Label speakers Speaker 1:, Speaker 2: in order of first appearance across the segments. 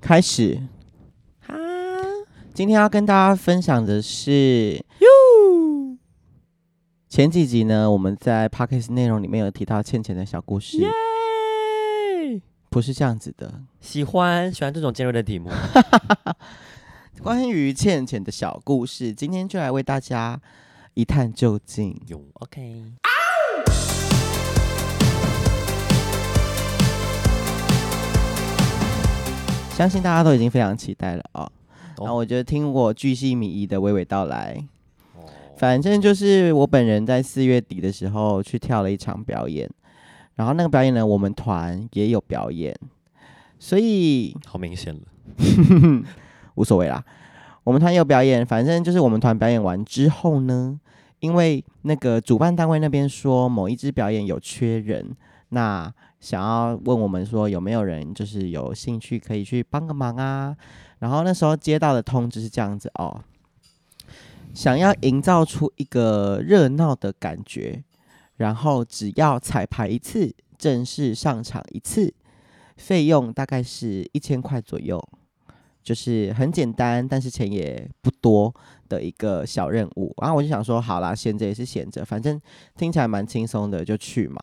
Speaker 1: 开始，
Speaker 2: 哈，
Speaker 1: 今天要跟大家分享的是，前几集呢，我们在 podcast 内容里面有提到倩倩的小故事
Speaker 2: 耶！
Speaker 1: 不是这样子的。
Speaker 2: 喜欢喜欢这种尖锐 的题目，
Speaker 1: 关于倩倩的小故事，今天就来为大家一探究竟。
Speaker 2: 有 OK。
Speaker 1: 相信大家都已经非常期待了哦。
Speaker 2: 哦
Speaker 1: 那我觉得听我巨细靡遗的娓娓道来，哦反正就是我本人在四月底的时候去跳了一场表演，然后那个表演呢，我们团也有表演，所以
Speaker 2: 好明显了，
Speaker 1: 无所谓啦。我们团也有表演，反正就是我们团表演完之后呢，因为那个主办单位那边说某一支表演有缺人，那想要问我们说有没有人就是有兴趣可以去帮个忙啊。然后那时候接到的通知是这样子哦，想要营造出一个热闹的感觉，然后只要彩排一次，正式上场一次，费用大概是一千块左右。就是很简单，但是钱也不多的一个小任务。然后我就想说，好啦，闲着也是闲着，反正听起来蛮轻松的，就去嘛。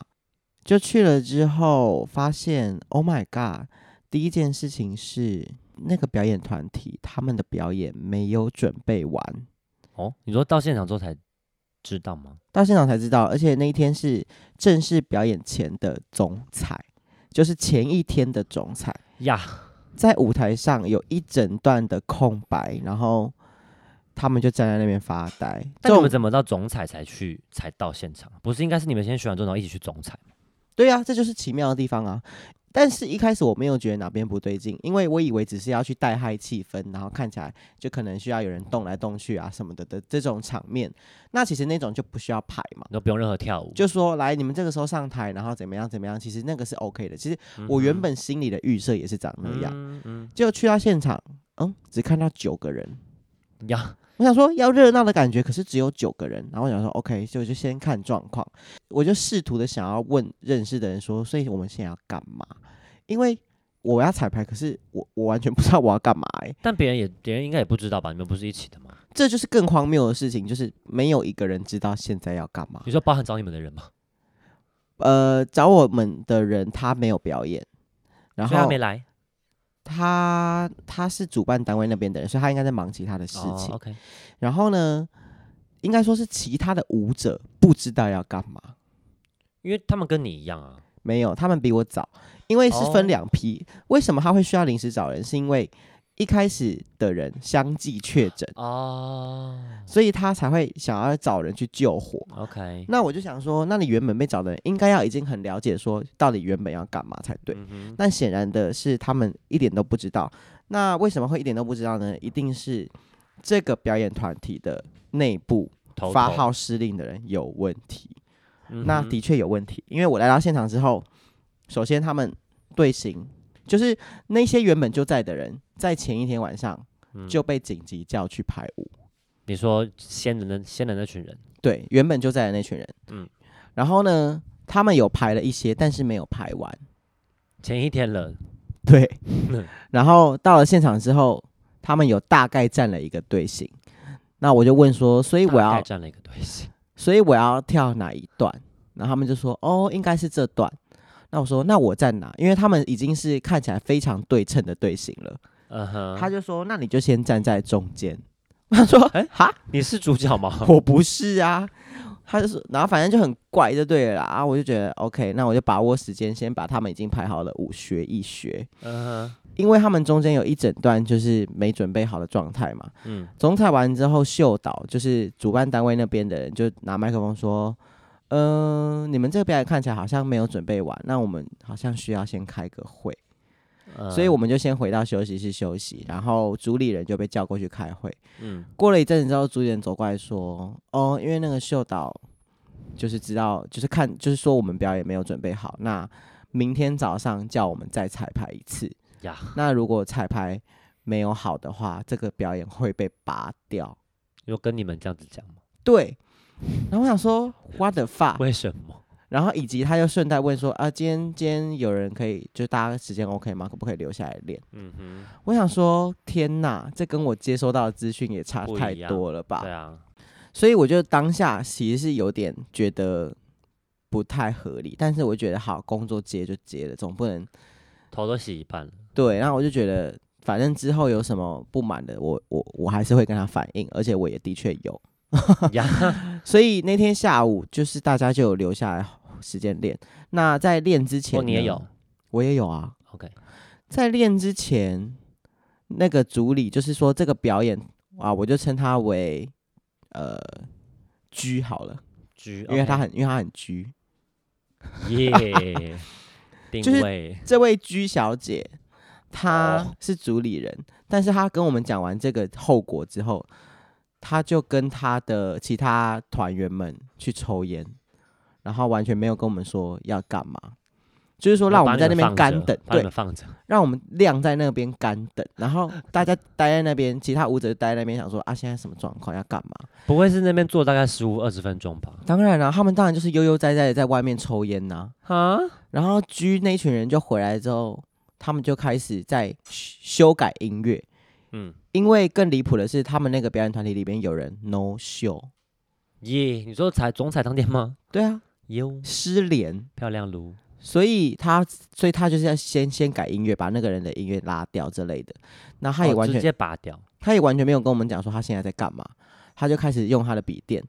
Speaker 1: 就去了之后，发现 Oh my God！第一件事情是那个表演团体他们的表演没有准备完，
Speaker 2: 哦，你说到现场之后才知道吗？
Speaker 1: 到现场才知道，而且那一天是正式表演前的总彩，就是前一天的总彩。
Speaker 2: 呀，
Speaker 1: 在舞台上有一整段的空白，然后他们就站在那边发呆。
Speaker 2: 但
Speaker 1: 这
Speaker 2: 你们
Speaker 1: 种
Speaker 2: 怎么到总彩才去才到现场？不是应该是你们先选完之后然后一起去总彩吗？
Speaker 1: 对啊，这就是奇妙的地方啊！但是一开始我没有觉得哪边不对劲，因为我以为只是要去带嗨气氛，然后看起来就可能需要有人动来动去啊什么的的这种场面。那其实那种就不需要排嘛，
Speaker 2: 你都不用任何跳舞，
Speaker 1: 就说来你们这个时候上台，然后怎么样怎么样，其实那个是 OK 的。其实
Speaker 2: 嗯
Speaker 1: 我原
Speaker 2: 哼
Speaker 1: 本心里的预设也是长那样，
Speaker 2: 嗯嗯
Speaker 1: 结果去到现场，嗯，只看到九个人，
Speaker 2: 呀，
Speaker 1: 我想说要热闹的感觉，可是只有九个人，然后我想说 OK，所以我就先看状况，我就试图的想要问认识的人说，所以我们现在要干嘛？因为我要彩排，可是我我完全不知道我要干嘛哎、
Speaker 2: 但别人也别人应该也不知道吧？你们不是一起的吗？
Speaker 1: 这就是更荒谬的事情，就是没有一个人知道现在要干嘛。
Speaker 2: 你说包含找你们的人吗？
Speaker 1: 呃，找我们的人他没有表演，然
Speaker 2: 所以他
Speaker 1: 后
Speaker 2: 没来
Speaker 1: 他他是主办单位那边的人，所以他应该在忙其他的事
Speaker 2: 哦
Speaker 1: 情。
Speaker 2: OK，
Speaker 1: 然后呢，应该说是其他的舞者不知道要干嘛。
Speaker 2: 因为他们跟你一样啊，
Speaker 1: 没有，他们比我早，因为是分
Speaker 2: 哦
Speaker 1: 两批。为什么他会需要临时找人？是因为一开始的人相继确诊，
Speaker 2: 哦
Speaker 1: 所以他才会想要找人去救火。
Speaker 2: ，OK，
Speaker 1: 那我就想说，那你原本被找的人应该要已经很了解，说到底原本要干嘛才对。
Speaker 2: 嗯哼
Speaker 1: 但显然的是，他们一点都不知道。那为什么会一点都不知道呢？一定是这个表演团体的内部
Speaker 2: 头
Speaker 1: 发
Speaker 2: 头
Speaker 1: 号施令的人有问题。
Speaker 2: 嗯
Speaker 1: 那
Speaker 2: 哼
Speaker 1: 的确有问题，因为我来到现场之后，首先他们队形就是那些原本就在的人，在前一天晚上
Speaker 2: 嗯
Speaker 1: 就被紧急叫去排舞，
Speaker 2: 你说先人的先人那群人，
Speaker 1: 对，原本就在的那群人，嗯
Speaker 2: 嗯，
Speaker 1: 然后呢，他们有排了一些，但是没有排 完，
Speaker 2: 前一天了，
Speaker 1: 对
Speaker 2: 嗯，
Speaker 1: 然后到了现场之后，他们有大概站了一个队形，那我就问说，所以我
Speaker 2: 大
Speaker 1: 要
Speaker 2: 概占了一个队形，
Speaker 1: 所以我要跳哪一段？然后他们就说，哦，应该是这段。那我说，那我站哪？因为他们已经是看起来非常对称的队形了。
Speaker 2: 嗯哼，
Speaker 1: 他就说，那你就先站在中间。他说，
Speaker 2: 哎
Speaker 1: 哈，
Speaker 2: 你是主角吗？
Speaker 1: 我不是啊。他就说，然后反正就很怪就对了啦。啊，我就觉得 OK，那我就把握时间，先把他们已经排好的舞学一学，
Speaker 2: 嗯哼，
Speaker 1: 因为他们中间有一整段就是没准备好的状态嘛。
Speaker 2: 嗯，
Speaker 1: 总彩完之后，秀导就是主办单位那边的人就拿麦克风说：“嗯、你们这个表演看起来好像没有准备完，那我们好像需要先开个会，
Speaker 2: 嗯
Speaker 1: 所以我们就先回到休息室休息。然后主理人就被叫过去开会。
Speaker 2: 嗯
Speaker 1: 过了一阵子之后，主理人走过来说：‘哦，因为那个秀导就是知道，就是看，就是说我们表演没有准备好，那明天早上叫我们再彩排一次。
Speaker 2: 呀，
Speaker 1: 那如果彩排没有好的话，这个表演会被拔掉。’
Speaker 2: 有跟你们这样子讲吗？
Speaker 1: 对，然后我想说 what the fuck，
Speaker 2: 为什么？
Speaker 1: 然后以及他又顺带问说啊，今天今天有人可以，就大家时间 OK 吗？可不可以留下来练？
Speaker 2: 嗯
Speaker 1: 我想说，天哪，这跟我接收到的资讯也差
Speaker 2: 不
Speaker 1: 太
Speaker 2: 一样
Speaker 1: 多了
Speaker 2: 哼，
Speaker 1: 吧
Speaker 2: 对？啊，
Speaker 1: 所以我就当下其实是有点觉得不太合理，但是我觉得好，工作接就接了，总不能
Speaker 2: 头都洗一 半了，
Speaker 1: 对。然后我就觉得，反正之后有什么不满的，我我我还是会跟他反映，而且我也的确有。
Speaker 2: 呀，
Speaker 1: 所以那天下午就是大家就有留下来时间练。那在练之前、
Speaker 2: 哦你也有，
Speaker 1: 我也有啊。
Speaker 2: OK
Speaker 1: 在练之前，那个组里就是说这个表演啊，我就称它为呃 G 好了，
Speaker 2: G，
Speaker 1: 因为它很因为它很 G。
Speaker 2: 耶，定
Speaker 1: 就是
Speaker 2: 位
Speaker 1: 这位居小姐，她
Speaker 2: 哦
Speaker 1: 是主理人，但是她跟我们讲完这个后果之后，她就跟她的其他团员们去抽烟，然后完全没有跟我们说要干嘛，就是说让我们在那边干等，
Speaker 2: 把你
Speaker 1: 对
Speaker 2: 们，放着，
Speaker 1: 让我们晾在那边干等，然后大家待在那边，其他舞者就待在那边想说啊，现在什么状况，要干嘛？
Speaker 2: 不会是那边坐大概十五二十分钟吧？
Speaker 1: 当然了、啊他们当然就是悠悠哉哉的在外面抽烟呐、
Speaker 2: 啊，
Speaker 1: 然后 G 那群人就回来之后，他们就开始在修修改音乐，
Speaker 2: 嗯，
Speaker 1: 因为更离谱的是，他们那个表演团体里边有人 no show，
Speaker 2: 耶，你说彩总彩当天吗？
Speaker 1: 对啊，
Speaker 2: 哟，
Speaker 1: 失联，
Speaker 2: 漂亮卢，
Speaker 1: 所以他所以他就是要先先改音乐，把那个人的音乐拉掉之类的。那他也
Speaker 2: 哦
Speaker 1: 完
Speaker 2: 直
Speaker 1: 全、
Speaker 2: 接拔掉，
Speaker 1: 他也完全没有跟我们讲说他现在在干嘛，他就开始用他的笔电。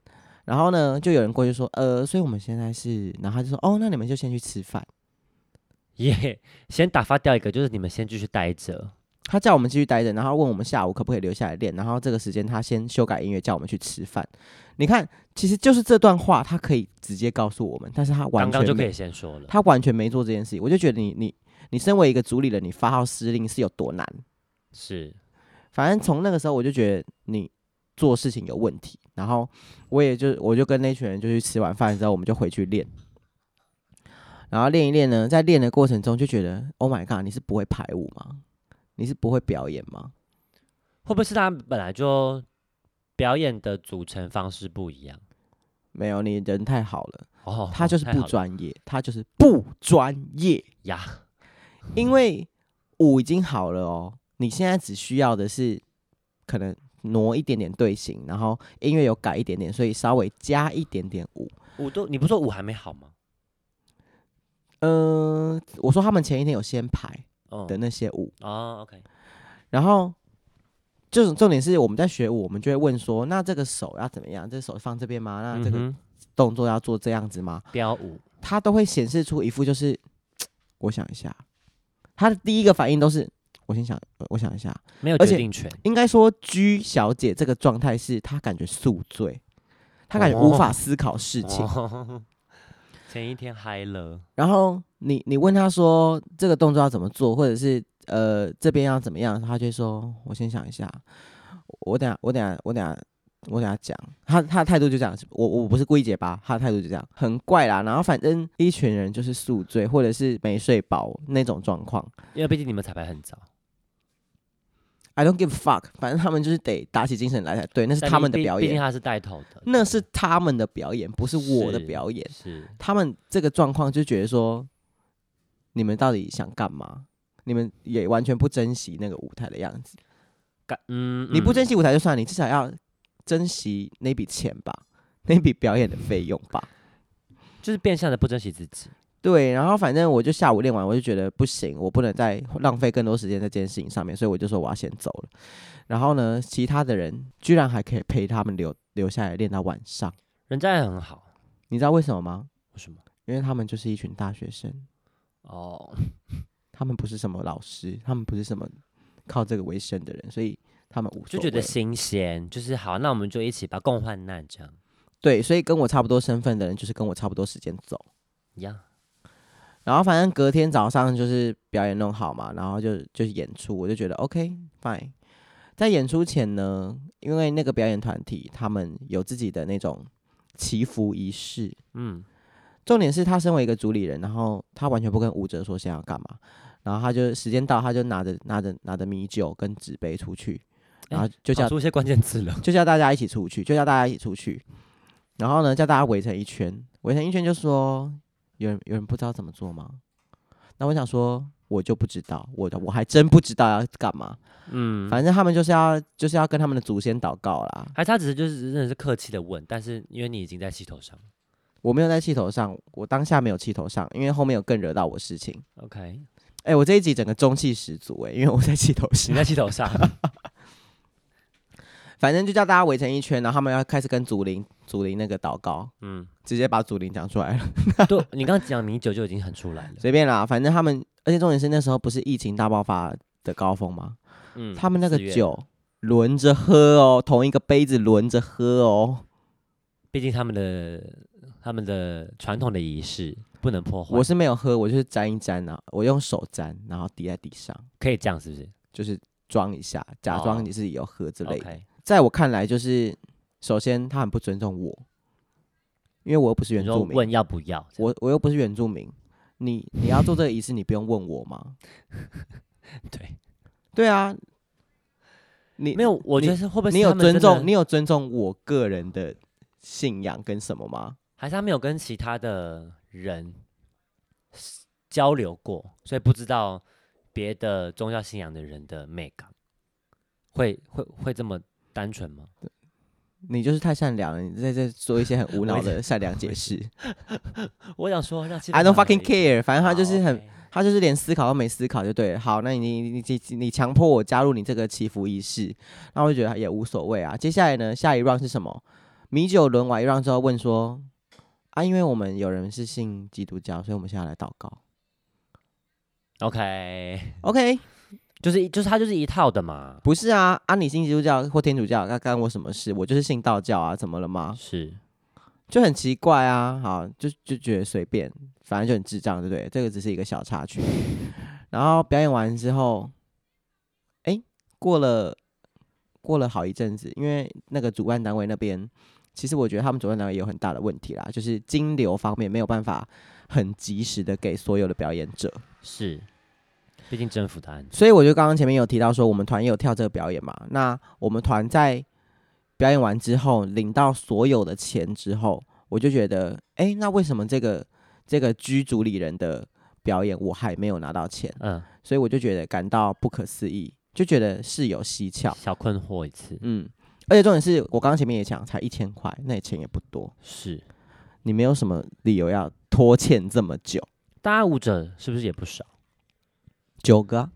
Speaker 1: 然后呢，就有人过去说，呃，所以我们现在是，然后他就说，哦，那你们就先去吃饭。
Speaker 2: 耶，先打发掉一个，就是你们先继续待着，
Speaker 1: 他叫我们继续待着，然后问我们下午可不可以留下来练，然后这个时间他先修改音乐，叫我们去吃饭。你看，其实就是这段话，他可以直接告诉我们，但是他完全
Speaker 2: 刚刚就可
Speaker 1: 没
Speaker 2: 以先说了，
Speaker 1: 他完全没做这件事情，我就觉得你你你身为一个组里人，你发号施令是有多难。
Speaker 2: 是
Speaker 1: 反正从那个时候我就觉得你做事情有问题，然后我也就我就跟那群人就去吃完饭之后，我们就回去练。然后练一练呢，在练的过程中就觉得，Oh my god，你是不会排舞吗？你是不会表演吗？
Speaker 2: 会不会是他本来就表演的组成方式不一样？
Speaker 1: 没有，你人太好了，
Speaker 2: 哦，
Speaker 1: 他就是
Speaker 2: 太
Speaker 1: 不
Speaker 2: 好了
Speaker 1: 专业，他就是不专业，
Speaker 2: 呀，
Speaker 1: 因为舞已经好了哦，你现在只需要的是可能挪一点点队形，然后音乐有改一点点，所以稍微加一点点舞。
Speaker 2: 舞都你不是说舞还没好吗？
Speaker 1: 嗯、我说他们前一天有先排
Speaker 2: 嗯
Speaker 1: 的那些舞，
Speaker 2: 哦，OK，
Speaker 1: 然后就是重点是我们在学舞，我们就会问说，那这个手要怎么样？这手放这边吗？那这个
Speaker 2: 嗯
Speaker 1: 动作要做这样子吗？
Speaker 2: 哼标舞
Speaker 1: 他都会显示出一副就是，我想一下，他的第一个反应都是我先想，呃我想一下。
Speaker 2: 没有
Speaker 1: 而
Speaker 2: 决
Speaker 1: 且
Speaker 2: 定权，
Speaker 1: 应该说，G 小姐这个状态是她感觉宿醉，她感觉
Speaker 2: 哦
Speaker 1: 无法思考事情。
Speaker 2: 哦 前一天嗨了，
Speaker 1: 然后你你问她说这个动作要怎么做，或者是呃这边要怎么样，她就会说我先想一下，我等下我等下我等下。我等下讲，她她的态度就这样，我我不是故意结巴，她的态度就这样，很怪啦。然后反正一群人就是宿醉或者是没睡饱那种状况，
Speaker 2: 因为毕竟你们彩排很早，
Speaker 1: I don't give a fuck，反正他们就是得打起精神来才对，那是
Speaker 2: 但
Speaker 1: 他
Speaker 2: 你
Speaker 1: 们的
Speaker 2: 毕
Speaker 1: 表
Speaker 2: 毕竟
Speaker 1: 演，
Speaker 2: 他是带头的，
Speaker 1: 那是他们的表演，不是我的
Speaker 2: 是
Speaker 1: 表演。
Speaker 2: 是
Speaker 1: 他们这个状况就觉得说，你们到底想干嘛？你们也完全不珍惜那个舞台的样子。
Speaker 2: 干嗯，
Speaker 1: 你不
Speaker 2: 嗯
Speaker 1: 珍惜舞台就算，你至少要珍惜那笔钱吧， 那笔表演的费用吧。
Speaker 2: 嗯就是变相的不珍惜自己，
Speaker 1: 对，然后反正我就下午练完，我就觉得不行，我不能再浪费更多时间在这件事情上面，所以我就说我要先走了。然后呢，其他的人居然还可以陪他们留留下来练到晚上，
Speaker 2: 人家也很好，
Speaker 1: 你知道为什么吗？
Speaker 2: 为什么？
Speaker 1: 因为他们就是一群大学生，
Speaker 2: 哦，
Speaker 1: 他们不是什么老师，他们不是什么靠这个为生的人，所以他们无所
Speaker 2: 就
Speaker 1: 谓。
Speaker 2: 觉得新鲜，就是好，那我们就一起吧，共患难这样
Speaker 1: 对，所以跟我差不多身份的人，就是跟我差不多时间走。
Speaker 2: 呀，
Speaker 1: 然后反正隔天早上就是表演弄好嘛，然后就就是演出，我就觉得 OK fine。在演出前呢，因为那个表演团体他们有自己的那种祈福仪式，
Speaker 2: 嗯，
Speaker 1: 重点是他身为一个主理人，然后他完全不跟舞者说想要干嘛，然后他就时间到他就拿着拿着拿着米酒跟纸杯出去，然后就叫
Speaker 2: 讲出一些关键字 了，
Speaker 1: 就叫大家一起出去，就叫大家一起出去。然后呢，叫大家围成一圈，围成一圈就说有人有人不知道怎么做吗？那我想说，我就不知道，我的我还真不知道要干嘛。
Speaker 2: 嗯，
Speaker 1: 反正他们就是要就是要跟他们的祖先祷告啦。
Speaker 2: 还是他只是就是真的是客气的问，但是因为你已经在气头上了
Speaker 1: 我没有在气头上，我当下没有气头上，因为后面有更惹到我事情。
Speaker 2: ，OK，
Speaker 1: 哎、我这一集整个中气十足哎、因为我在气头
Speaker 2: 你
Speaker 1: 上。
Speaker 2: 在气头上，
Speaker 1: 反正就叫大家围成一圈，然后他们要开始跟祖灵祖灵那个祷告，
Speaker 2: 嗯，
Speaker 1: 直接把祖灵讲出来了，
Speaker 2: 对你刚刚讲米酒就已经很出来了，
Speaker 1: 随便啦，反正他们，而且重点是那时候不是疫情大爆发的高峰吗？
Speaker 2: 嗯，
Speaker 1: 他们那个
Speaker 2: 四月，
Speaker 1: 酒轮着喝哦，同一个杯子轮着喝哦。
Speaker 2: 毕竟他们的他们的传统的仪式不能破坏
Speaker 1: 我，是没有喝，我就是沾一沾啊，我用手沾，然后滴在地上，
Speaker 2: 可以这样是不是
Speaker 1: 就是装一下，假
Speaker 2: 哦
Speaker 1: 装你自己有喝之类的。
Speaker 2: ？OK，
Speaker 1: 在我看来，就是首先他很不尊重我，因为我又不是
Speaker 2: 你
Speaker 1: 原
Speaker 2: 说
Speaker 1: 住民，
Speaker 2: 问要不要？我
Speaker 1: 我我又不是原住民，你你要做这个仪式，你不用问我吗？
Speaker 2: 对，
Speaker 1: 对啊，你
Speaker 2: 没有，我觉
Speaker 1: 你
Speaker 2: 得是会不会
Speaker 1: 你
Speaker 2: 是
Speaker 1: 有
Speaker 2: 他们真
Speaker 1: 尊
Speaker 2: 的
Speaker 1: 重，你有尊重我个人的信仰跟什么吗？
Speaker 2: 还是他没有跟其他的人交流过，所以不知道别的宗教信仰的人的美感，会会会这么单纯吗？
Speaker 1: 你就是太善良了，你在这做一些很无
Speaker 2: 我
Speaker 1: 脑
Speaker 2: 一直
Speaker 1: 的善良解释。
Speaker 2: 我想说让气氛
Speaker 1: I don't
Speaker 2: 缓和
Speaker 1: fucking
Speaker 2: 一点
Speaker 1: care，反正他就是
Speaker 2: 好
Speaker 1: 很，
Speaker 2: ，OK
Speaker 1: 他就是连思考都没思考就对了。好，那你你你你你强迫我加入你这个祈福仪式，那我就觉得也无所谓啊。接下来呢，下一 round 是什么？米酒轮完一 round 之后问说，啊，因为我们有人是信基督教，所以我们现在来祷告。
Speaker 2: OK，
Speaker 1: OK，
Speaker 2: 就是就是他就是一套的嘛，
Speaker 1: 不是啊，啊，你信基督教或天主教，那干我什么事？我就是信道教啊，怎么了吗？
Speaker 2: 是
Speaker 1: 就很奇怪啊，好，就就觉得随便，反正就很智障，对不对？这个只是一个小插曲。然后表演完之后，哎，过了过了好一阵子，因为那个主办单位那边，其实我觉得他们主办单位也有很大的问题啦，就是金流方面没有办法很及时的给所有的表演者，
Speaker 2: 是，毕竟政府的案子，
Speaker 1: 所以我就刚刚前面有提到说，我们团也有跳这个表演嘛。那我们团在表演完之后，领到所有的钱之后，我就觉得，哎、那为什么这个这个居主里人的表演我还没有拿到钱？
Speaker 2: 嗯，
Speaker 1: 所以我就觉得感到不可思议，就觉得事有蹊跷。
Speaker 2: 小困惑一次，
Speaker 1: 嗯，而且重点是我刚刚前面也讲，才一千块，那钱也不多，
Speaker 2: 是，
Speaker 1: 你没有什么理由要拖欠这么久，
Speaker 2: 大家舞者是不是也不少
Speaker 1: 九个啊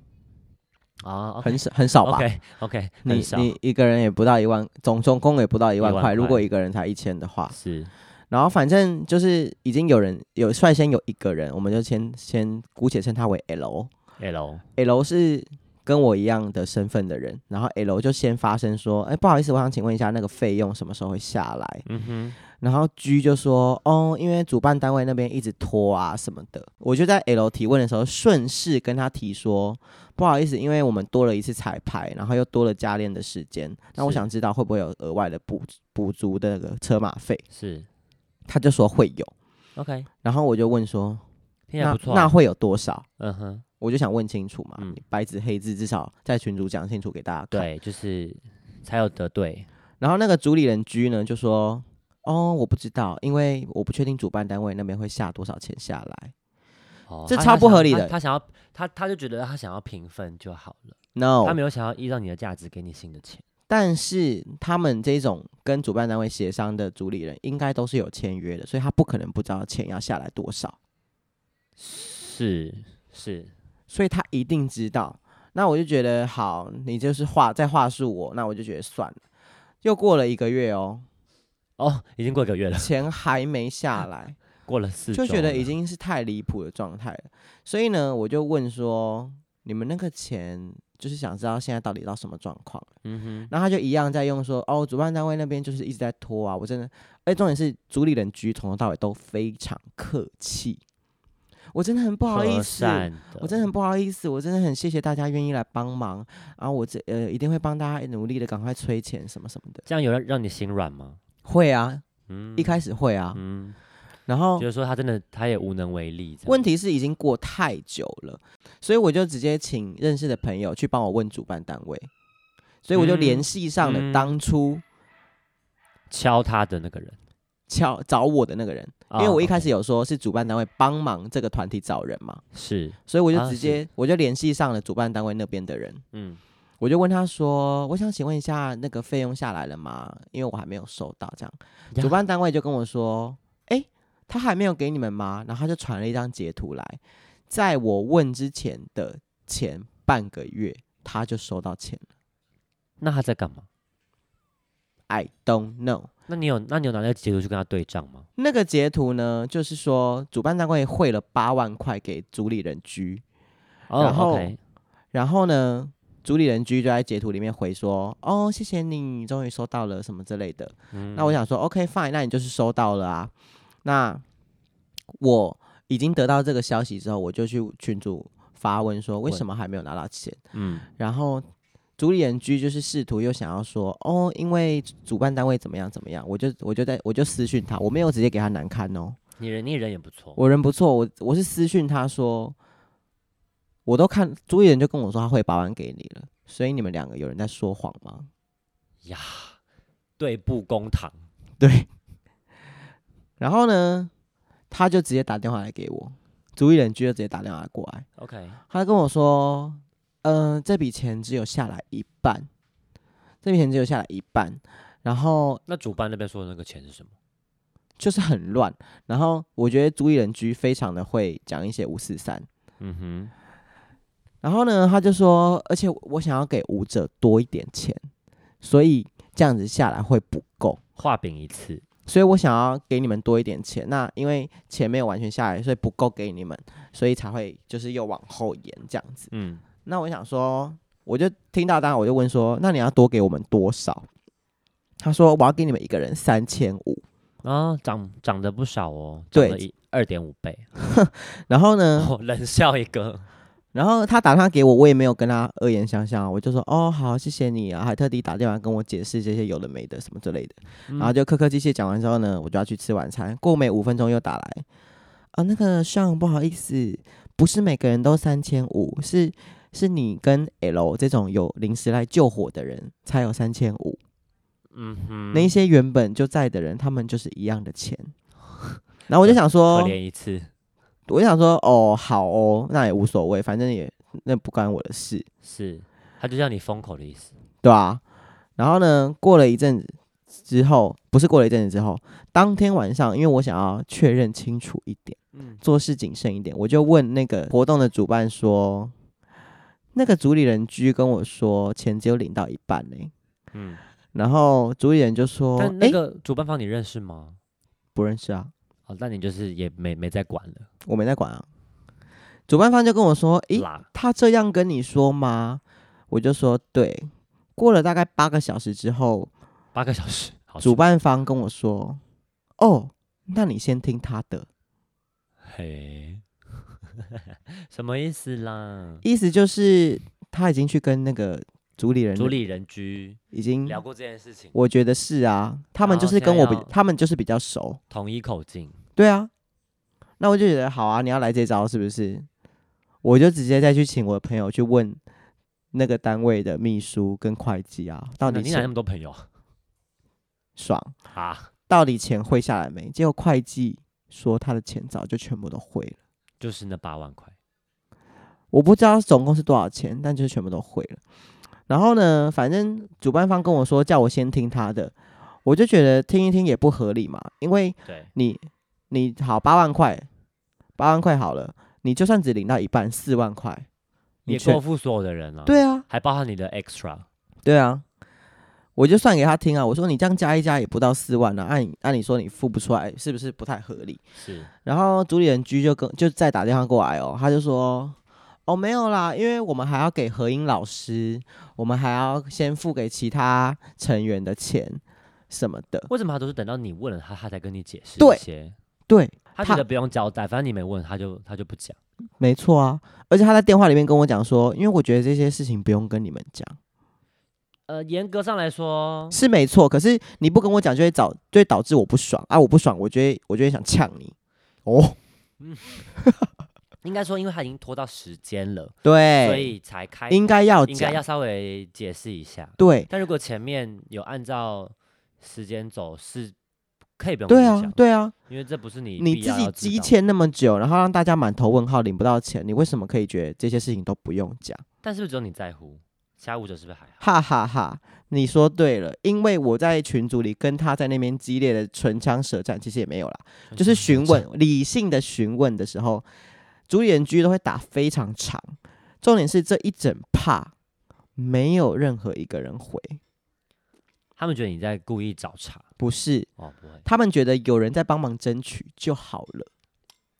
Speaker 2: 啊？OK，
Speaker 1: 很少很少吧？
Speaker 2: OK OK，
Speaker 1: 你
Speaker 2: 很少
Speaker 1: 你一个人也不到一万，总总共也不到一万
Speaker 2: 一万
Speaker 1: 块。如
Speaker 2: 块
Speaker 1: 果一个人才一千的话，
Speaker 2: 是
Speaker 1: 然后反正就是已经有人有率先有一个人，我们就先先姑且称他为 L。
Speaker 2: L，
Speaker 1: L 是跟我一样的身份的人，然后 L 就先发声说：“哎，不好意思，我想请问一下，那个费用什么时候会下来
Speaker 2: 嗯哼，？”
Speaker 1: 然后 G 就说：“哦，因为主办单位那边一直拖啊什么的。”我就在 L 提问的时候，顺势跟他提说：“不好意思，因为我们多了一次彩排，然后又多了加练的时间，那我
Speaker 2: 是
Speaker 1: 想知道会不会有额外的补补足的那个车马费？”
Speaker 2: 是
Speaker 1: 他就说会有。
Speaker 2: OK，
Speaker 1: 然后我就问说，
Speaker 2: 听起来
Speaker 1: 那
Speaker 2: 不错啊、
Speaker 1: 那会有多少？
Speaker 2: 嗯哼，
Speaker 1: 我就想问清楚嘛，
Speaker 2: 嗯
Speaker 1: 你白纸黑字，至少在群主讲清楚给大家看。。
Speaker 2: 对，就是才有得对，
Speaker 1: 然后那个主理人居呢就说，哦，我不知道，因为我不确定主办单位那边会下多少钱下来。
Speaker 2: 哦
Speaker 1: 这
Speaker 2: 他
Speaker 1: 超
Speaker 2: 他
Speaker 1: 不
Speaker 2: 想
Speaker 1: 合
Speaker 2: 要
Speaker 1: 理
Speaker 2: 他
Speaker 1: 的
Speaker 2: 他想要他他就觉得他想要平分就好了，
Speaker 1: No，
Speaker 2: 他没有想要依照你的价值给你新的钱，
Speaker 1: 但是他们这种跟主办单位协商的主理人，应该都是有签约的，所以他不可能不知道钱要下来多少，
Speaker 2: 是是，
Speaker 1: 所以他一定知道。那我就觉得好，你就是话再话术我，那我就觉得算了。又过了一个月哦，
Speaker 2: 哦，已经过一个月了，
Speaker 1: 钱还没下来，
Speaker 2: 过了四周
Speaker 1: 就
Speaker 2: 了，
Speaker 1: 觉得已经是太离谱的状态了。所以呢，我就问说，你们那个钱，就是想知道现在到底到什么状况？
Speaker 2: 嗯哼，
Speaker 1: 然后他就一样在用说，哦，主办单位那边就是一直在拖啊，我真的，而且重点是主理人居从头到尾都非常客气，我真的很不好意
Speaker 2: 和
Speaker 1: 思。
Speaker 2: 善的，
Speaker 1: 我真的很不好意思，我真的很谢谢大家愿意来帮忙，然、后我这呃一定会帮大家努力的，赶快催钱什么什么的。
Speaker 2: 这样有让让你心软吗？
Speaker 1: 会啊，
Speaker 2: 嗯，
Speaker 1: 一开始会啊，
Speaker 2: 嗯，
Speaker 1: 然后
Speaker 2: 就是说他真的他也无能为力这样，
Speaker 1: 问题是已经过太久了，所以我就直接请认识的朋友去帮我问主办单位，所以我就
Speaker 2: 嗯
Speaker 1: 联系上了
Speaker 2: 嗯
Speaker 1: 当初
Speaker 2: 敲他的那个人，
Speaker 1: 敲找我的那个人，因
Speaker 2: 哦
Speaker 1: 为我一开始有说是主办单位帮忙这个团体找人嘛，
Speaker 2: 是，
Speaker 1: 所以我就
Speaker 2: 啊
Speaker 1: 直
Speaker 2: 是
Speaker 1: 接、我就联系上了主办单位那边的人，
Speaker 2: 嗯，
Speaker 1: 我就问他说：“我想请问一下，那个费用下来了吗？因为我还没有收到。”这样，
Speaker 2: 呀
Speaker 1: 主办单位就跟我说：“诶，他还没有给你们吗？”然后他就传了一张截图来，在我问之前的前半个月，他就收到钱了。
Speaker 2: 那他在干嘛？
Speaker 1: I don't know。
Speaker 2: 那你有那你有拿那个截图去跟他对账吗？
Speaker 1: 那个截图呢，就是说主办单位汇了八万块给主理人居，
Speaker 2: 哦
Speaker 1: 然后
Speaker 2: OK，
Speaker 1: 然后呢，主理人居就在截图里面回说：“哦，谢谢你，终于收到了什么之类的。
Speaker 2: 嗯
Speaker 1: 那我想说，OK fine，那你就是收到了啊。那我已经得到这个消息之后，我就去群主发问说，为
Speaker 2: 问
Speaker 1: 什么还没有拿到钱？
Speaker 2: 嗯
Speaker 1: 然后主理人居就是试图又想要说，哦，因为主办单位怎么样怎么样，我就我就在我就私讯他，我没有直接给他难堪哦，
Speaker 2: 你人你人也不错，
Speaker 1: 我人不错，我我是私讯他说，我都看主理人就跟我说他会把万给你了，所以你们两个有人在说谎吗？
Speaker 2: 对簿公堂，
Speaker 1: 对。然后呢，他就直接打电话来给我，主理人居就直接打电话过来，
Speaker 2: OK，
Speaker 1: 他跟我说，嗯、这笔钱只有下来一半，这笔钱只有下来一半，然后
Speaker 2: 那主办那边说的那个钱是什么？
Speaker 1: 就是很乱，然后我觉得主理人居非常的会讲一些五四三，
Speaker 2: 嗯
Speaker 1: 然后呢，他就说，而且我想要给舞者多一点钱，所以这样子下来会不够。
Speaker 2: 哼，画饼一次，
Speaker 1: 所以我想要给你们多一点钱。那因为钱没有完全下来，所以不够给你们，所以才会就是又往后延这样子。
Speaker 2: 嗯，
Speaker 1: 那我想说，我就听到，当然我就问说，那你要多给我们多少？他说我要给你们一个人三千五。
Speaker 2: 啊，涨涨得不少哦，
Speaker 1: 对嗯
Speaker 2: 涨了一二点五倍，
Speaker 1: 然后 呢，
Speaker 2: 哦，冷笑一个，
Speaker 1: 然后他打电话给我，我也没有跟他恶言相向啊，我就说哦好，谢谢你啊，还特地打电话跟我解释这些有的没的什么之类的。
Speaker 2: 嗯
Speaker 1: 然后就客客气气讲完之后呢，我就要去吃晚餐。过没五分钟又打来，啊，那个上不好意思，不是每个人都三千五，是是你跟 L 这种有临时来救火的人才有三千五，
Speaker 2: 嗯哼，
Speaker 1: 那一些原本就在的人，他们就是一样的 钱。然后我就想
Speaker 2: 可
Speaker 1: 说，
Speaker 2: 怜一次，
Speaker 1: 我就想说，哦，好哦，那也无所谓，反正也那不关我的事，
Speaker 2: 是，他就叫你封口的意思，
Speaker 1: 对吧、然后呢，过了一阵子之后，不是过了一阵子之后，当天晚上，因为我想要确认清楚一点。
Speaker 2: 嗯，
Speaker 1: 做事谨慎一点。我就问那个活动的主办说，那个主理人居跟我说钱只有领到一半呢、
Speaker 2: 嗯，
Speaker 1: 然后主理人就说，哎、
Speaker 2: 但那个主办方你认识吗？
Speaker 1: 不认识啊，
Speaker 2: 哦，那你就是也没没在管了，
Speaker 1: 我没在管啊。主办方就跟我说，诶、
Speaker 2: 啦，
Speaker 1: 他这样跟你说吗？我就说对。过了大概八个小时之后，
Speaker 2: 八个小时，好
Speaker 1: 主
Speaker 2: 办，
Speaker 1: 办方跟我说，哦，那你先听他的。
Speaker 2: 嘿， 什么意思啦？
Speaker 1: 意思就是他已经去跟那个主理人
Speaker 2: 主理人居
Speaker 1: 已经
Speaker 2: 聊过哦这件事情，
Speaker 1: 我觉得是啊，他们
Speaker 2: 然
Speaker 1: 就
Speaker 2: 后
Speaker 1: 是
Speaker 2: 现
Speaker 1: 跟
Speaker 2: 在
Speaker 1: 我比
Speaker 2: 要，
Speaker 1: 他们就是比较熟，
Speaker 2: 统一口径，
Speaker 1: 对啊。那我就觉得好啊，你要来这招是不是？我就直接再去请我的朋友去问那个单位的秘书跟会计啊，到
Speaker 2: 那
Speaker 1: 底
Speaker 2: 嗯你哪那
Speaker 1: 钱
Speaker 2: 么多朋友
Speaker 1: 爽，
Speaker 2: 啊？
Speaker 1: 到底钱汇下来没？结果会计说他的钱早就全部都汇了，
Speaker 2: 就是那八万块，
Speaker 1: 我不知道总共是多少钱，但就是全部都汇了。然后呢，反正主办方跟我说叫我先听他的，我就觉得听一听也不合理嘛，因为
Speaker 2: 对，
Speaker 1: 你你好八万块，八万块好了，你就算只领到一半四万块，你
Speaker 2: 也
Speaker 1: 确
Speaker 2: 过付所有的人了，，
Speaker 1: 对啊
Speaker 2: 还包含你的 extra，
Speaker 1: 对啊，我就算给他听啊，我说你这样加一加也不到四万啊，按你按你说你付不出来，是不是不太合理？
Speaker 2: 是，
Speaker 1: 然后主理人居就跟就再打电话过来哦，他就说。哦，没有啦，因为我们还要给何英老师，我们还要先付给其他成员的钱什么的。
Speaker 2: 为什么他都是等到你问了他，他才跟你解释
Speaker 1: 对
Speaker 2: 一些？
Speaker 1: 对，
Speaker 2: 他
Speaker 1: 他
Speaker 2: 觉得不用交代，反正你没问，他就他就不讲。
Speaker 1: 没错啊。而且他在电话里面跟我讲说，因为我觉得这些事情不用跟你们讲。
Speaker 2: 呃，严格上来说，
Speaker 1: 是没错，可是你不跟我讲，就会导就会导致我不爽啊！我不爽，我就会我就会想呛你。哦，
Speaker 2: 应该说，因为他已经拖到时间了，所
Speaker 1: 对，
Speaker 2: 以才开，
Speaker 1: 哎应该要
Speaker 2: 应该
Speaker 1: 讲，
Speaker 2: 要稍微解释一下。
Speaker 1: 对
Speaker 2: 但如果前面有按照时间走，是可以不用跟
Speaker 1: 对
Speaker 2: 你
Speaker 1: 啊
Speaker 2: 讲，，
Speaker 1: 对啊，
Speaker 2: 因为这不是你
Speaker 1: 你
Speaker 2: 必
Speaker 1: 自
Speaker 2: 要
Speaker 1: 己
Speaker 2: 要知
Speaker 1: 积
Speaker 2: 道的。
Speaker 1: 欠那么久，然后让大家满头问号，领不到钱，你为什么可以觉得这些事情都不用讲？
Speaker 2: 但是不是只有你在乎？其他舞者是不是还好？
Speaker 1: 哈哈哈，你说对了，因为我在群组里跟他在那边激烈的唇枪舌战，其实也没有啦，
Speaker 2: 嗯
Speaker 1: 就是询问理性的询问的时候，主演居都会打非常长，重点是这一整帕没有任何一个人回，
Speaker 2: 他们觉得你在故意找茬
Speaker 1: 不是
Speaker 2: 哦，不会，
Speaker 1: 他们觉得有人在帮忙争取就好了。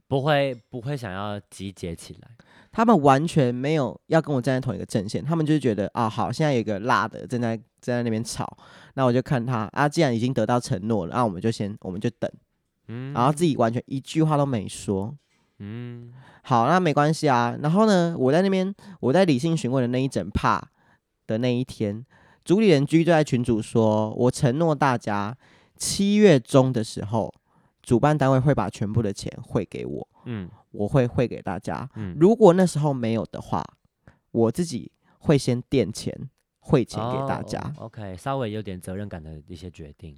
Speaker 2: 不会，不会想要集结起来。
Speaker 1: 他们完全没有要跟我站在同一个阵线，他们就是觉得啊，好，现在有一个辣的正在正在那边吵，那我就看他啊，既然已经得到承诺了，啊那、我们就先我们就等，
Speaker 2: 嗯，
Speaker 1: 然后自己完全一句话都没说。
Speaker 2: 嗯，
Speaker 1: 好，那没关系啊。然后呢，我在那边我在理性询问的那一整帕的那一天，主理人居就在群主说，我承诺大家七月中的时候，主办单位会把全部的钱汇给我，
Speaker 2: 嗯
Speaker 1: 我会汇给大家。
Speaker 2: 嗯，
Speaker 1: 如果那时候没有的话，我自己会先垫钱汇钱给大
Speaker 2: 哦
Speaker 1: 家。
Speaker 2: OK，稍微有点责任感的一些决定，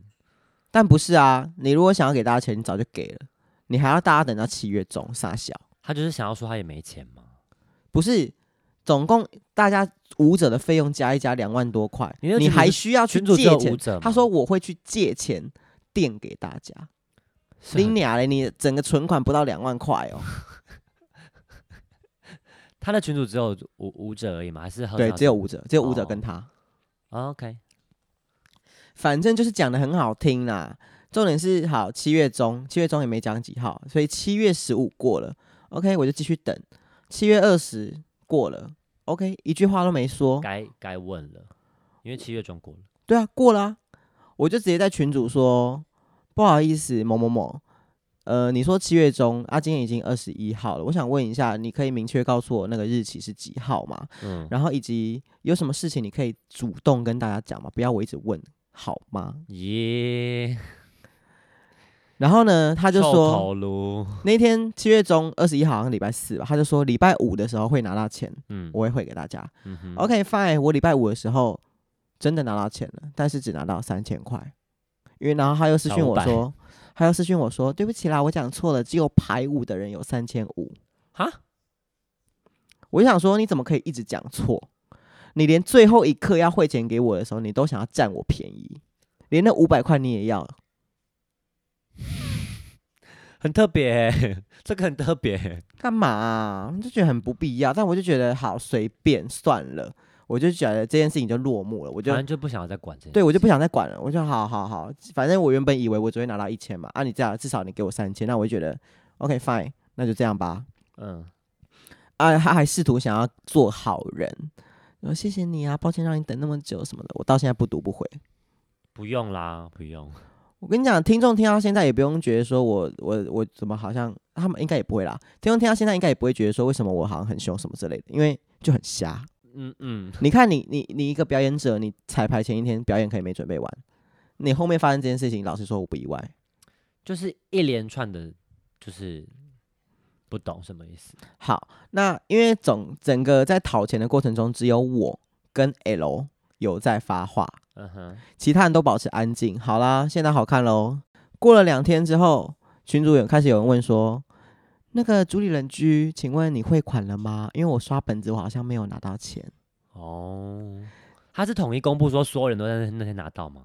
Speaker 1: 但不是啊，你如果想要给大家钱，你早就给了，你还要大家等到七月中傻笑。
Speaker 2: 他就是想要说他也没钱嘛。
Speaker 1: 不是，总共大家舞者的费用加一加两万多块，
Speaker 2: 你的
Speaker 1: 你
Speaker 2: 群主
Speaker 1: 还
Speaker 2: 是
Speaker 1: 需要去
Speaker 2: 群主
Speaker 1: 借
Speaker 2: 只有舞
Speaker 1: 钱。
Speaker 2: 者吗，
Speaker 1: 他说我会去借钱垫给大家，
Speaker 2: 是很
Speaker 1: 拎你啊嘞，你整个存款不到两万块哦。
Speaker 2: 他的群主只有舞舞者而已嘛，还是很
Speaker 1: 对，
Speaker 2: 少
Speaker 1: 只有舞者，只有舞者
Speaker 2: 哦
Speaker 1: 跟他。
Speaker 2: 哦 OK，
Speaker 1: 反正就是讲的很好听啦。重点是好，七月中，七月中也没讲几号，所以七月十五过了，OK，我就继续等。七月二十过了，OK，一句话都没说。
Speaker 2: 该该问了，因为七月中过了，
Speaker 1: 对啊，过了啊、我就直接在群主说，不好意思，某某某，呃，你说七月中啊，今天已经二十一号了，我想问一下，你可以明确告诉我那个日期是几号吗？
Speaker 2: 嗯，
Speaker 1: 然后以及有什么事情你可以主动跟大家讲吗？不要我一直问，好吗？
Speaker 2: 耶，
Speaker 1: 然后呢，他就
Speaker 2: 臭
Speaker 1: 说，
Speaker 2: 头颅，
Speaker 1: 那天七月中二十一号好像礼拜四吧，他就说礼拜五的时候会拿到钱，
Speaker 2: 嗯，
Speaker 1: 我会汇给大家。
Speaker 2: 嗯哼
Speaker 1: OK fine，我礼拜五的时候真的拿到钱了，但是只拿到三千块，因为然后他又私讯我
Speaker 2: 小五
Speaker 1: 说，他又私讯我说对不起啦，我讲错了，只有排舞的人有三千五。
Speaker 2: 哈，
Speaker 1: 我就想说你怎么可以一直讲错？你连最后一刻要汇钱给我的时候，你都想要占我便宜，连那五百块你也要，
Speaker 2: 很特别欸， 这个很特别欸，
Speaker 1: 干嘛啊、就觉得很不必要，但我就觉得好随便算了，我就觉得这件事情就落幕了，我就
Speaker 2: 反正就不想要再管这件
Speaker 1: 对我
Speaker 2: 事
Speaker 1: 就不想再管了，我就好好好，反正我原本以为我只会拿到一千嘛，啊你这样至少你给我三千，那我就觉得 OK fine，那就这样吧。
Speaker 2: 嗯，
Speaker 1: 啊，他还试图想要做好人，我谢谢你啊，抱歉让你等那么久什么的，我到现在不读不回。
Speaker 2: 不用啦，不用，
Speaker 1: 我跟你讲，听众听到现在也不用觉得说我我我怎么好像他们应该也不会啦，听众听到现在应该也不会觉得说为什么我好像很凶什么之类的，因为就很瞎。
Speaker 2: 嗯嗯，
Speaker 1: 你看你你你一个表演者，你彩排前一天表演可以没准备完，你后面发生这件事情，老实说我不意外。
Speaker 2: 就是一连串的，就是不懂什么意思，
Speaker 1: 好，那因为总整个在讨钱的过程中，只有我跟 L 有在发话，
Speaker 2: 嗯哼，
Speaker 1: 其他人都保持安静。好啦，现在好看喽。过了两天之后，群主有开始有人问说：“那个主理人居，请问你汇款了吗？因为我刷本子，我好像没有拿到钱。”
Speaker 2: 哦，他是统一公布说所有人都在那那天拿到吗？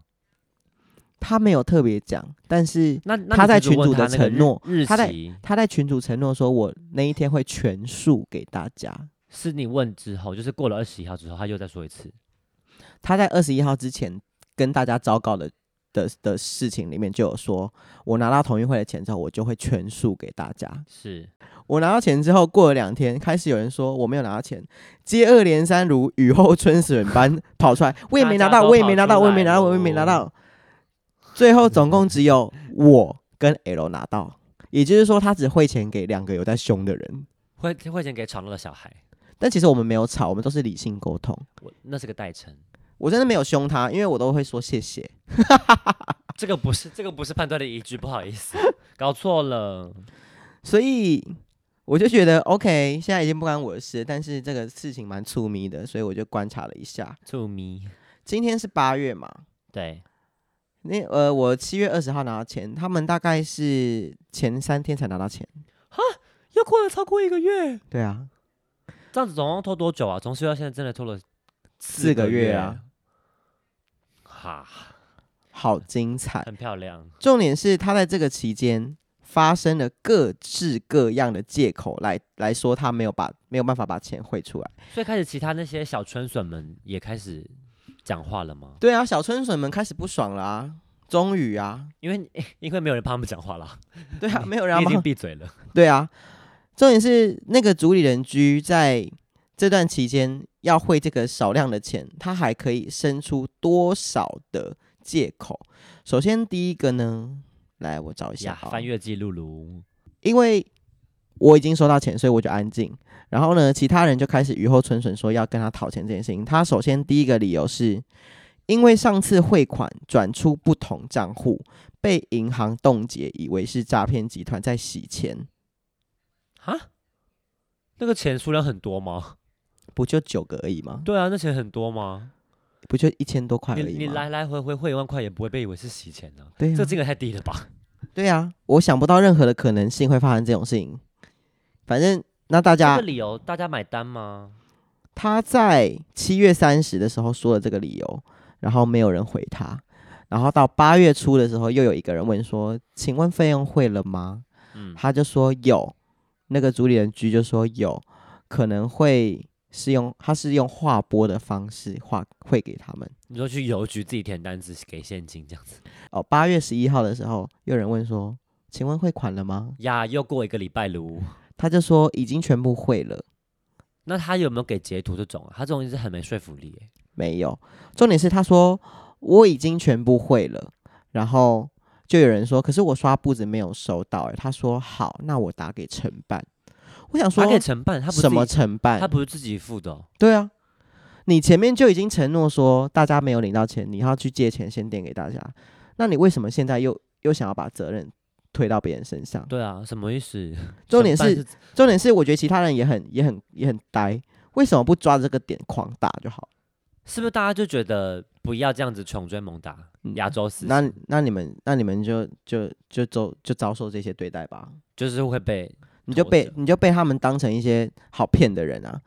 Speaker 1: 他没有特别讲，但是
Speaker 2: 那那
Speaker 1: 他
Speaker 2: 你
Speaker 1: 在
Speaker 2: 只是
Speaker 1: 群
Speaker 2: 问
Speaker 1: 组的
Speaker 2: 他那个
Speaker 1: 承诺
Speaker 2: 日日
Speaker 1: 他在
Speaker 2: 期
Speaker 1: 他在群主承诺说，我那一天会全数给大家。
Speaker 2: 是你问之后，就是过了二十一号之后，他又再说一次。
Speaker 1: 他在二十一号之前跟大家昭告的的的事情里面就有说，我拿到同运会的钱之后，我就会全数给大家。
Speaker 2: 是，
Speaker 1: 我拿到钱之后，过了两天，开始有人说我没有拿到钱，接二连三如雨后春笋般跑出来，我也没拿
Speaker 2: 大家
Speaker 1: 到，
Speaker 2: 都
Speaker 1: 我也没拿到，
Speaker 2: 跑出
Speaker 1: 我也没拿到，
Speaker 2: 来
Speaker 1: 我也没拿
Speaker 2: 喽
Speaker 1: 到。最后总共只有我跟 L 拿到，也就是说他只汇钱给两个有在凶的人。
Speaker 2: 汇汇钱给吵闹的小孩，
Speaker 1: 但其实我们没有吵，我们都是理性沟通。
Speaker 2: 我那是个代称，
Speaker 1: 我真的没有凶他，因为我都会说谢谢。
Speaker 2: 这个不是这个不是判断的依据，不好意思，搞错了。
Speaker 1: 所以我就觉得 OK，现在已经不关我的事，但是这个事情蛮粗迷的，所以我就观察了一下。
Speaker 2: To me，
Speaker 1: 今天是八月嘛，
Speaker 2: 对，
Speaker 1: 那呃，我七月二十号拿到钱，他们大概是前三天才拿到钱。
Speaker 2: 要过了超过一个月，
Speaker 1: 对啊，
Speaker 2: 这样子总共拖多久啊？从学到现在真的拖了
Speaker 1: 四个月啊，
Speaker 2: 哈，
Speaker 1: 好精彩！
Speaker 2: 很漂亮，
Speaker 1: 重点是他在这个期间发生了各式各样的借口来来说他没有把没有办法把钱汇出来。
Speaker 2: 所以开始其他那些小春笋们也开始讲话了吗？
Speaker 1: 对啊，小春笋们开始不爽了啊，终于啊，
Speaker 2: 因为 因为没有人帮他们讲话 了，
Speaker 1: 对啊，没有人要
Speaker 2: 你已经
Speaker 1: 帮，
Speaker 2: 闭嘴了。
Speaker 1: 对啊。重点是那个主理人居在这段期间要汇这个少量的钱，他还可以生出多少的借口？首先第一个呢，来我找一下
Speaker 2: 呀，
Speaker 1: 好了，
Speaker 2: 翻阅记录如
Speaker 1: 因为我已经收到钱，所以我就安静。然后呢，其他人就开始雨后春笋，说要跟他讨钱这件事情。他首先第一个理由是，因为上次汇款转出不同账户，被银行冻结，以为是诈骗集团在洗钱，
Speaker 2: 啊，那个钱数量很多吗？
Speaker 1: 不就九个而已吗？
Speaker 2: 对啊，那钱很多吗？
Speaker 1: 不就一千多块而
Speaker 2: 你
Speaker 1: 已
Speaker 2: 你
Speaker 1: 吗？
Speaker 2: 来来回回汇一万块也不会被以为是洗钱呢、
Speaker 1: 对
Speaker 2: 这个
Speaker 1: 啊，
Speaker 2: 金额太低了吧？
Speaker 1: 对啊，我想不到任何的可能性会发生这种事情。反正 那大
Speaker 2: 这
Speaker 1: 家
Speaker 2: 个理由大家买单吗？
Speaker 1: 他在七月三十的时候说了这个理由，然后没有人回他。然后到八月初的时候，又有一个人问说：“请问费用汇了吗？”
Speaker 2: 嗯，
Speaker 1: 他就说有，那个主理人居就说有，可能会是用他是用划拨的方式划汇给他们。
Speaker 2: 你说去邮局自己填单子给现金这样子
Speaker 1: 哦，八月十一号的时候，又有人问说：“请问汇款了吗
Speaker 2: 呀？又过一个礼拜卢，？”
Speaker 1: 他就说已经全部汇了，
Speaker 2: 那他有没有给截图这种啊？他这种是很没说服力、欸。
Speaker 1: 没有。重点是他说我已经全部会了，然后就有人说，可是我刷步子没有收到、欸。他说好，那我打给承办。我想说
Speaker 2: 他可以承办，他不是
Speaker 1: 什么
Speaker 2: 自己
Speaker 1: 承办？
Speaker 2: 他不是自己付的哦、
Speaker 1: 对啊，你前面就已经承诺说大家没有领到钱，你要去借钱先垫给大家，那你为什么现在又又想要把责任推到别人身上？
Speaker 2: 对啊，什么意思？
Speaker 1: 重点
Speaker 2: 承办
Speaker 1: 是
Speaker 2: 是
Speaker 1: 重点是，我觉得其他人也很也很也很呆，为什么不抓着这个点狂打就好？
Speaker 2: 是不是大家就觉得不要这样子穷追猛打
Speaker 1: 嗯
Speaker 2: 亚洲思
Speaker 1: 那
Speaker 2: 想，
Speaker 1: 那你们那你们就就就遭就遭受这些对待吧，
Speaker 2: 就是会被
Speaker 1: 你就
Speaker 2: 挫
Speaker 1: 被
Speaker 2: 折
Speaker 1: 你就被他们当成一些好骗的人啊！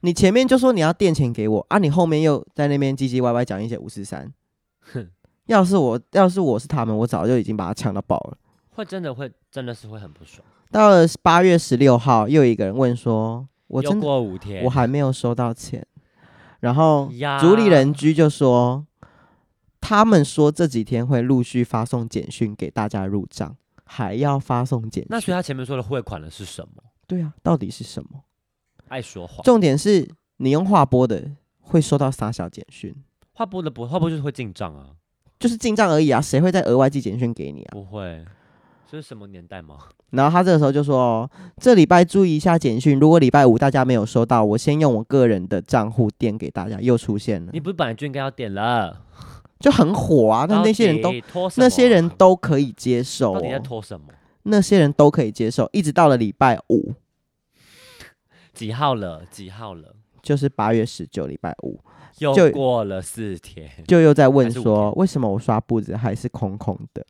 Speaker 1: 你前面就说你要垫钱给我啊，你后面又在那边唧唧歪歪讲一些五四三
Speaker 2: 哼。
Speaker 1: 要是我要是我是他们，我早就已经把他呛到爆了。
Speaker 2: 会真的会真的是会很不爽。
Speaker 1: 到了八月十六号，又有一个人问说：“我
Speaker 2: 又
Speaker 1: 真的
Speaker 2: 过五天，
Speaker 1: 我还没有收到钱。”然后
Speaker 2: 呀
Speaker 1: 主理人居就说，他们说这几天会陆续发送简讯给大家入账，还要发送简
Speaker 2: 那所以
Speaker 1: 讯。
Speaker 2: 他前面说的汇款的是什么？
Speaker 1: 对啊，到底是什么？
Speaker 2: 爱说谎，
Speaker 1: 重点是你用划拨的会收到撒小简讯，
Speaker 2: 话不的不话不就是会进账啊？
Speaker 1: 就是进账而已啊，谁会再额外寄简讯给你啊？
Speaker 2: 不会，这是什么年代吗？
Speaker 1: 然后他这个时候就说：“哦，这礼拜注意一下简讯，如果礼拜五大家没有收到，我先用我个人的账户垫给大家。”又出现了
Speaker 2: 你，不是本来就应该要点了？
Speaker 1: 就很火啊！那那些人都
Speaker 2: 到底拖什么啊
Speaker 1: 那些人都可以接受、
Speaker 2: 到底在
Speaker 1: 哦，
Speaker 2: 拖什么？
Speaker 1: 那些人都可以接受，一直到了礼拜五，
Speaker 2: 几号了？几号了？
Speaker 1: 就是八月十九礼拜五，
Speaker 2: 又
Speaker 1: 就
Speaker 2: 过了四天，
Speaker 1: 就又在问
Speaker 2: 还是五
Speaker 1: 说
Speaker 2: 天
Speaker 1: 为什么我刷步子还是空空的，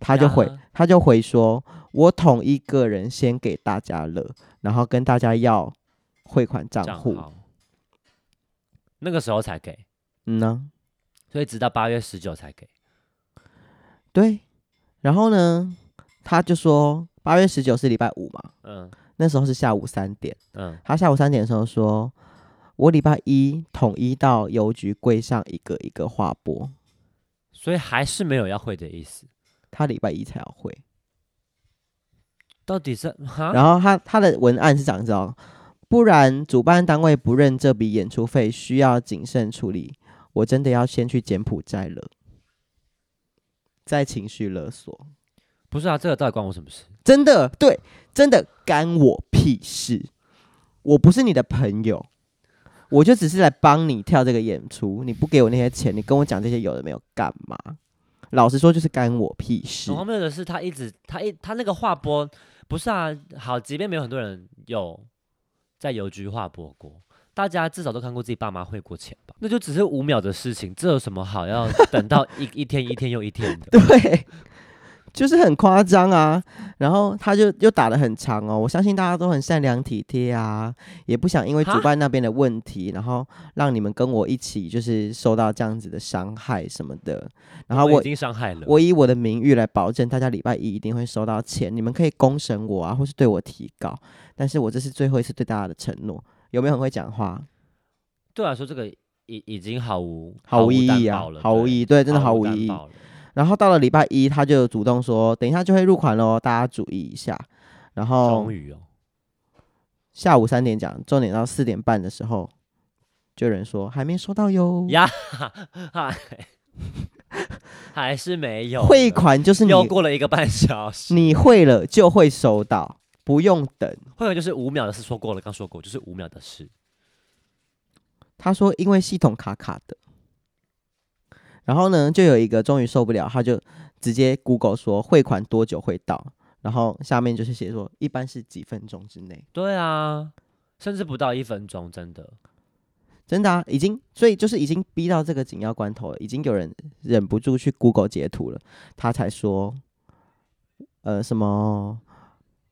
Speaker 1: 他就回
Speaker 2: 呀
Speaker 1: 他就回说，我统一个人先给大家了，然后跟大家要汇款账
Speaker 2: 账
Speaker 1: 户，
Speaker 2: 号，那个时候才给，
Speaker 1: 嗯呢，
Speaker 2: 所以直到八月十九才给。
Speaker 1: 对，然后呢，他就说八月十九是礼拜五嘛，
Speaker 2: 嗯
Speaker 1: 那时候是下午三点，
Speaker 2: 嗯，
Speaker 1: 他下午三点的时候说，我礼拜一统一到邮局柜上一个一个划拨，
Speaker 2: 所以还是没有要汇的意思。
Speaker 1: 他礼拜一才要汇。
Speaker 2: 到底是哈？
Speaker 1: 然后他他的文案是长这样，不然主办单位不认这笔演出费，需要谨慎处理。我真的要先去柬埔寨了，在情绪勒索，
Speaker 2: 不是啊，这个到底关我什么事？
Speaker 1: 真的对，真的干我屁事！我不是你的朋友，我就只是来帮你跳这个演出，你不给我那些钱，你跟我讲这些有的没有干嘛？老实说，就是干我屁事
Speaker 2: 很。荒谬的是，他一直他一他那个划拨，不是啊，好，即便没有很多人有在邮局划拨过，大家至少都看过自己爸妈回国前吧？那就只是五秒的事情，这有什么好要等到一一 天一天又一天的？
Speaker 1: 对，就是很夸张啊。然后他就又打得很长哦，我相信大家都很善良体贴啊，也不想因为
Speaker 2: 哈
Speaker 1: 主办那边的问题，然后让你们跟我一起就是受到这样子的伤害什么的。然后
Speaker 2: 我
Speaker 1: 我
Speaker 2: 已经伤害了，
Speaker 1: 我以我的名誉来保证，大家礼拜一一定会收到钱，你们可以公审我啊，或是对我提告，但是我这是最后一次对大家的承诺。有没有很会讲话？
Speaker 2: 对我来说这个已已经毫无
Speaker 1: 毫无意
Speaker 2: 担
Speaker 1: 义啊
Speaker 2: 保了，
Speaker 1: 毫无
Speaker 2: 对
Speaker 1: 意义，对，真的毫无
Speaker 2: 担
Speaker 1: 意义。
Speaker 2: 保了
Speaker 1: 然后到了礼拜一，他就主动说，等一下就会入款喽，大家注意一下。然后
Speaker 2: 终于哦，
Speaker 1: 下午三点讲，重点到四点半的时候，就有人说还没收到哟，
Speaker 2: 呀，还还是没有
Speaker 1: 汇
Speaker 2: 呢，
Speaker 1: 款就是你
Speaker 2: 又过了一个半小时，
Speaker 1: 你汇了就会收到，不用等。
Speaker 2: 汇款就是五秒的事，说过了，刚说过，就是五秒的事。
Speaker 1: 他说因为系统卡卡的。然后呢，就有一个终于受不了，他就直接 Google 说汇款多久会到，然后下面就是写说一般是几分钟之内。
Speaker 2: 对啊，甚至不到一分钟，真的。
Speaker 1: 真的啊，已经，所以就是已经逼到这个紧要关头了，已经有人忍不住去 Google 截图了，他才说，呃，什么，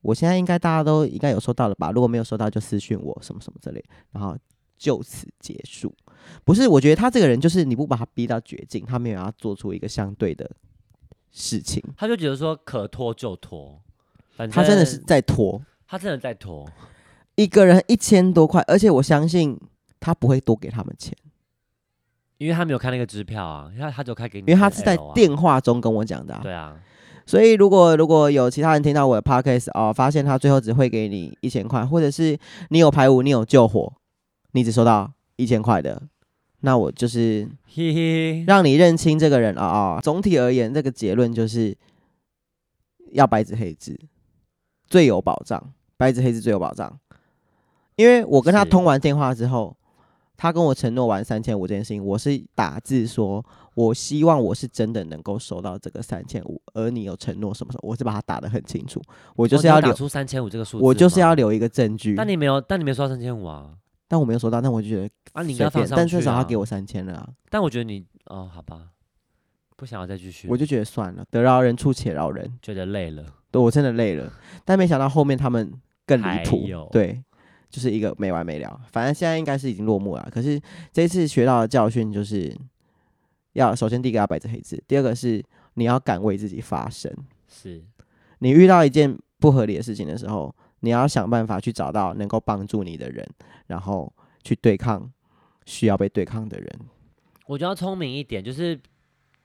Speaker 1: 我现在应该大家都应该有收到了吧？如果没有收到就私讯我什么什么之类，然后就此结束。不是，我觉得他这个人就是你不把他逼到绝境，他没有要做出一个相对的事情，
Speaker 2: 他就觉得说可拖就拖，反
Speaker 1: 他真的是
Speaker 2: 正
Speaker 1: 在拖
Speaker 2: 他真的在拖，
Speaker 1: 一个人一千多块，而且我相信他不会多给他们钱。
Speaker 2: 因为他没有开那个支票啊，因为他他只有开给
Speaker 1: 因
Speaker 2: 你
Speaker 1: 为
Speaker 2: 的 L 啊，
Speaker 1: 他是在电话中跟我讲的、啊，
Speaker 2: 对啊，
Speaker 1: 所以，如果如果有其他人听到我的 podcast 哦，发现他最后只会给你一千块，或者是你有排舞，你有救火，你只收到一千块的，那我就是
Speaker 2: 嘿嘿，
Speaker 1: 让你认清这个人啊啊、哦总体而言，这个结论就是要白纸黑字，最有保障，白纸黑字最有保障。因为我跟他
Speaker 2: 是
Speaker 1: 通完电话之后，他跟我承诺完三千五这件事情，我是打字说，我希望我是真的能够收到这个三千五，而你有承诺什么什么，我是把它打得很清楚，我
Speaker 2: 我
Speaker 1: 就是要留，
Speaker 2: 哦打出三千五这个数字，
Speaker 1: 我就是要。留一个证据。
Speaker 2: 但你没有，但你没有收到三千五啊！
Speaker 1: 但我没有收到，但我就觉得
Speaker 2: 啊，你应
Speaker 1: 随
Speaker 2: 该放
Speaker 1: 便，
Speaker 2: 上去、啊。
Speaker 1: 但至少他给我三千了啊，
Speaker 2: 但我觉得你哦，好吧，不想要再继续了，
Speaker 1: 我就觉得算了，得饶人处且饶人。
Speaker 2: 觉得累了。
Speaker 1: 对我真的累了，但没想到后面他们更离
Speaker 2: 还
Speaker 1: 谱
Speaker 2: 有，
Speaker 1: 对，就是一个没完没了。反正现在应该是已经落幕了，可是这一次学到的教训就是要首先第一个要摆着黑字，第二个是你要敢为自己发声。
Speaker 2: 是，
Speaker 1: 你遇到一件不合理的事情的时候，你要想办法去找到能够帮助你的人，然后去对抗需要被对抗的人。
Speaker 2: 我觉得要聪明一点，就是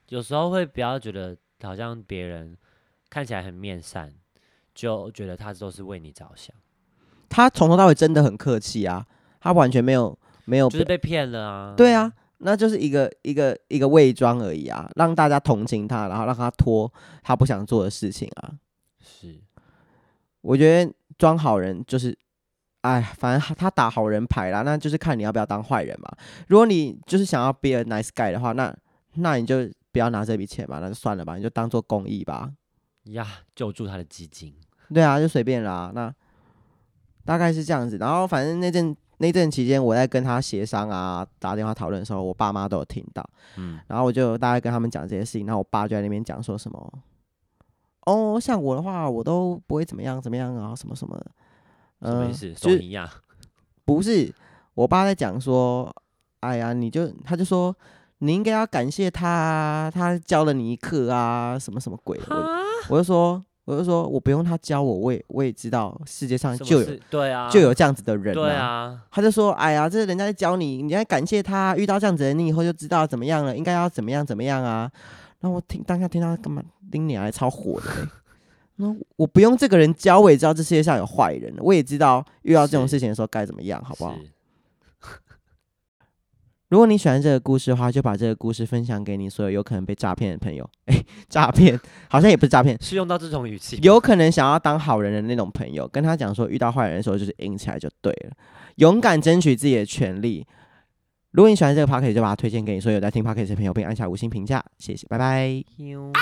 Speaker 2: 有时候会不要觉得好像别人看起来很面善，就觉得他都是为你着想，
Speaker 1: 他从头到尾真的很客气啊，他完全没有没有
Speaker 2: 就是被骗了啊。
Speaker 1: 哦对啊，，那就是一个一个一个伪装而已啊，让大家同情他，然后让他拖他不想做的事情啊。
Speaker 2: 是
Speaker 1: 我觉得装好人就是，哎，反正他他打好人牌啦，那就是看你要不要当坏人嘛。如果你就是想要 be a nice guy 的话，那那你就不要拿这笔钱嘛，那就算了吧，你就当做公益吧。
Speaker 2: 呀，救助他的基金。
Speaker 1: 对啊，就随便啦。那大概是这样子。然后反正那阵那阵期间，我在跟他协商啊，打电话讨论的时候，我爸妈都有听到。
Speaker 2: 嗯，
Speaker 1: 然后我就大概跟他们讲这些事情，然后我爸就在那边讲说什么，哦，像我的话，我都不会怎么样怎么样啊，什么什么的，
Speaker 2: 什么
Speaker 1: 嗯、
Speaker 2: 意思？啊
Speaker 1: 就
Speaker 2: 索
Speaker 1: 是
Speaker 2: 尼亚
Speaker 1: 不是，我爸在讲说，哎呀，你就他就说你应该要感谢他啊，他教了你一课啊，什么什么鬼的，我
Speaker 2: 啊，
Speaker 1: 我就说我就说我不用他教我，我也我也知道世界上
Speaker 2: 什么
Speaker 1: 就有
Speaker 2: 事对啊，
Speaker 1: 就有这样子的人、
Speaker 2: 对啊，
Speaker 1: 他就说：“哎呀，这是人家在教你，你要感谢他，遇到这样子的人，你以后就知道怎么样了，应该要怎么样怎么样啊。” 然后我听当下听到干嘛拎你来超火的、欸，那我不用这个人教，我也知道这世界上有坏人，我也知道遇到这种
Speaker 2: 是
Speaker 1: 事情的时候该怎么样，好不好？
Speaker 2: 是
Speaker 1: 如果你喜欢这个故事的话，就把这个故事分享给你所有有可能被诈骗的朋友。哎、诈骗好像也不是诈骗，
Speaker 2: 是用到这种 语气吗，
Speaker 1: 有可能想要当好人的那种朋友，跟他讲说，遇到坏人的时候就是硬起来就对了，勇敢争取自己的权利。如果你喜欢这个 p o c k e t 就把它推荐给你所有在听 p o c k e t 的朋友，并按下五星评价，谢谢，拜拜。
Speaker 2: 有。